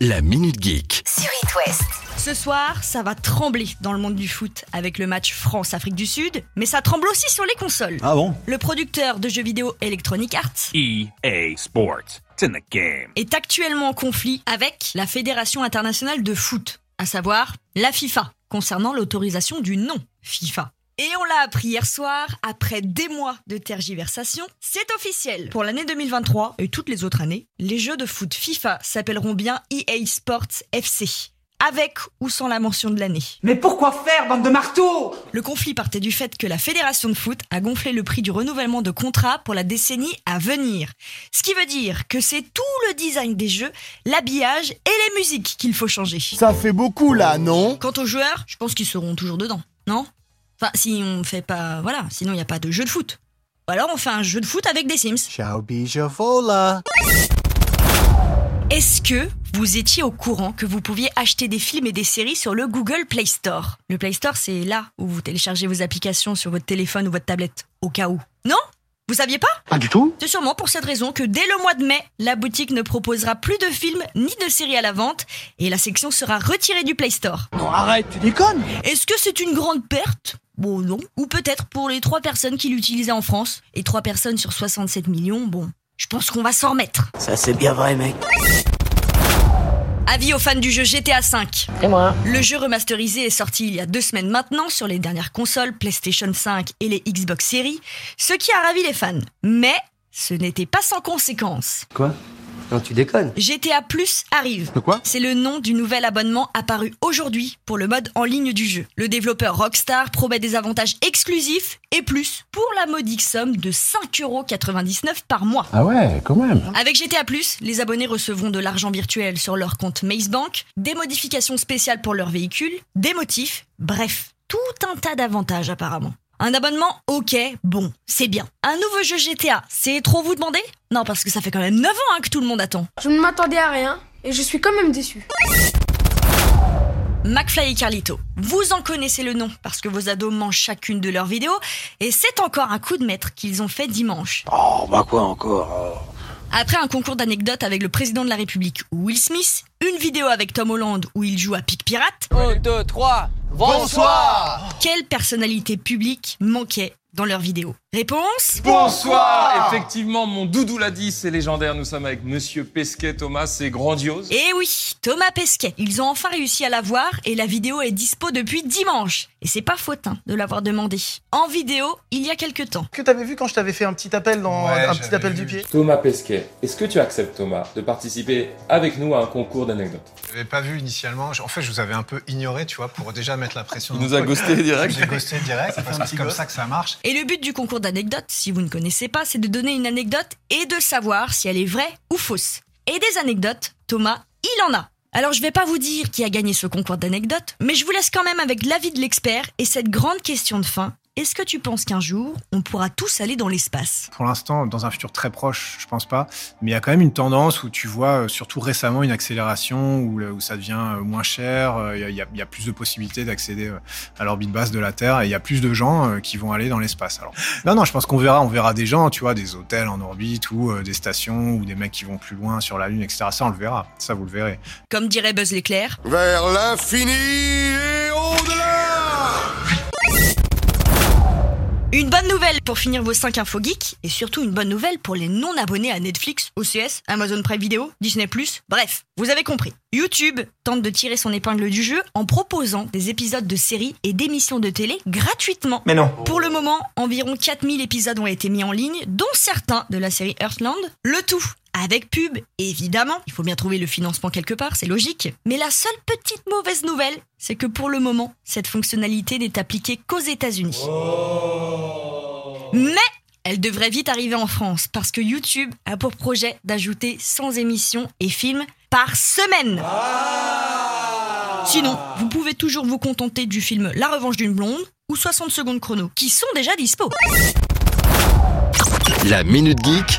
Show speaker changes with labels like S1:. S1: La Minute Geek.
S2: sur It West.
S3: Ce soir, ça va trembler dans le monde du foot avec le match France-Afrique du Sud, mais ça tremble aussi sur les consoles.
S4: Ah bon
S3: Le producteur de jeux vidéo Electronic Arts
S5: EA E Sports. It's in the game.
S3: est actuellement en conflit avec la Fédération internationale de foot, à savoir la FIFA, concernant l'autorisation du nom FIFA. Et on l'a appris hier soir, après des mois de tergiversation, c'est officiel. Pour l'année 2023 et toutes les autres années, les jeux de foot FIFA s'appelleront bien EA Sports FC, avec ou sans la mention de l'année.
S6: Mais pourquoi faire, bande de marteaux
S3: Le conflit partait du fait que la fédération de foot a gonflé le prix du renouvellement de contrat pour la décennie à venir. Ce qui veut dire que c'est tout le design des jeux, l'habillage et les musiques qu'il faut changer.
S7: Ça fait beaucoup là, non
S3: Quant aux joueurs, je pense qu'ils seront toujours dedans, non Enfin, si on fait pas. Voilà, sinon il n'y a pas de jeu de foot. Ou alors on fait un jeu de foot avec des Sims.
S7: Ciao Bijavola
S3: Est-ce que vous étiez au courant que vous pouviez acheter des films et des séries sur le Google Play Store Le Play Store, c'est là où vous téléchargez vos applications sur votre téléphone ou votre tablette, au cas où. Non Vous saviez pas
S7: Pas du tout
S3: C'est sûrement pour cette raison que dès le mois de mai, la boutique ne proposera plus de films ni de séries à la vente et la section sera retirée du Play Store.
S7: Non, arrête, tu déconnes
S3: Est-ce que c'est une grande perte Bon, non. Ou peut-être pour les trois personnes qui l'utilisaient en France. Et trois personnes sur 67 millions, bon, je pense qu'on va s'en remettre.
S8: Ça c'est bien vrai mec.
S3: Avis aux fans du jeu GTA V.
S8: Et moi
S3: Le jeu remasterisé est sorti il y a deux semaines maintenant sur les dernières consoles PlayStation 5 et les Xbox Series, ce qui a ravi les fans. Mais ce n'était pas sans conséquence.
S8: Quoi Non tu déconnes.
S3: GTA Plus arrive.
S7: De quoi
S3: C'est le nom du nouvel abonnement apparu aujourd'hui pour le mode en ligne du jeu. Le développeur Rockstar promet des avantages exclusifs et plus pour la modique somme de 5,99€ par mois.
S4: Ah ouais, quand même.
S3: Avec GTA+, les abonnés recevront de l'argent virtuel sur leur compte Macebank, des modifications spéciales pour leur véhicule, des motifs, bref, tout un tas d'avantages apparemment. Un abonnement, ok, bon, c'est bien. Un nouveau jeu GTA, c'est trop vous demander Non, parce que ça fait quand même 9 ans hein, que tout le monde attend.
S9: Je ne m'attendais à rien et je suis quand même déçu.
S3: McFly et Carlito. Vous en connaissez le nom parce que vos ados mangent chacune de leurs vidéos et c'est encore un coup de maître qu'ils ont fait dimanche.
S8: Oh bah quoi encore
S3: Après un concours d'anecdotes avec le président de la République Will Smith, une vidéo avec Tom Holland où il joue à Pic Pirate,
S7: Bonsoir
S3: quelle personnalité publique manquait dans leur vidéo Réponse
S10: Bonsoir Effectivement, mon doudou l'a dit, c'est légendaire. Nous sommes avec Monsieur Pesquet Thomas, c'est grandiose.
S3: Eh oui, Thomas Pesquet. Ils ont enfin réussi à l'avoir et la vidéo est dispo depuis dimanche. Et c'est pas faute hein, de l'avoir demandé. En vidéo, il y a quelque temps.
S11: que t'avais vu quand je t'avais fait un petit appel dans
S10: Ouais,
S11: un
S10: j'avais
S11: petit appel
S10: vu.
S11: du pied
S10: Thomas Pesquet, est-ce que tu acceptes Thomas de participer avec nous à un concours d'anecdotes
S11: Je l'avais pas vu initialement. En fait, je vous avais un peu ignoré, tu vois, pour déjà mettre la pression.
S10: Il nous a ghosté direct.
S11: J'ai ghosté direct. C'est comme ça que ça marche.
S3: Et le but du concours d'anecdotes, si vous ne connaissez pas, c'est de donner une anecdote et de savoir si elle est vraie ou fausse. Et des anecdotes, Thomas, il en a. Alors je vais pas vous dire qui a gagné ce concours d'anecdotes, mais je vous laisse quand même avec l'avis de l'expert et cette grande question de fin. Est-ce que tu penses qu'un jour, on pourra tous aller dans l'espace
S11: Pour l'instant, dans un futur très proche, je pense pas. Mais il y a quand même une tendance où tu vois, euh, surtout récemment, une accélération où, le- où ça devient euh, moins cher. euh, Il y a- il y, a- il y a plus de possibilités d'accéder euh, à l'orbite basse de la Terre et il y a plus de gens euh, qui vont aller dans l'espace. Alors, non, non, je pense qu'on verra, on verra des gens, tu vois, des hôtels en orbite ou euh, des stations ou des mecs qui vont plus loin sur la Lune, etc. Ça, on le verra. Ça, vous le verrez.
S3: Comme dirait Buzz l'éclair.
S1: Vers l'infini et au-delà
S3: Une bonne nouvelle pour finir vos 5 infos geeks, et surtout une bonne nouvelle pour les non-abonnés à Netflix, OCS, Amazon Prime Video, Disney+, bref, vous avez compris. YouTube tente de tirer son épingle du jeu en proposant des épisodes de séries et d'émissions de télé gratuitement.
S6: Mais non.
S3: Pour le moment, environ 4000 épisodes ont été mis en ligne, dont certains de la série Earthland. Le tout avec pub, évidemment. Il faut bien trouver le financement quelque part, c'est logique. Mais la seule petite mauvaise nouvelle, c'est que pour le moment, cette fonctionnalité n'est appliquée qu'aux États-Unis. Mais elle devrait vite arriver en France, parce que YouTube a pour projet d'ajouter 100 émissions et films par semaine. Sinon, vous pouvez toujours vous contenter du film La revanche d'une blonde ou 60 secondes chrono, qui sont déjà dispo.
S1: La Minute Geek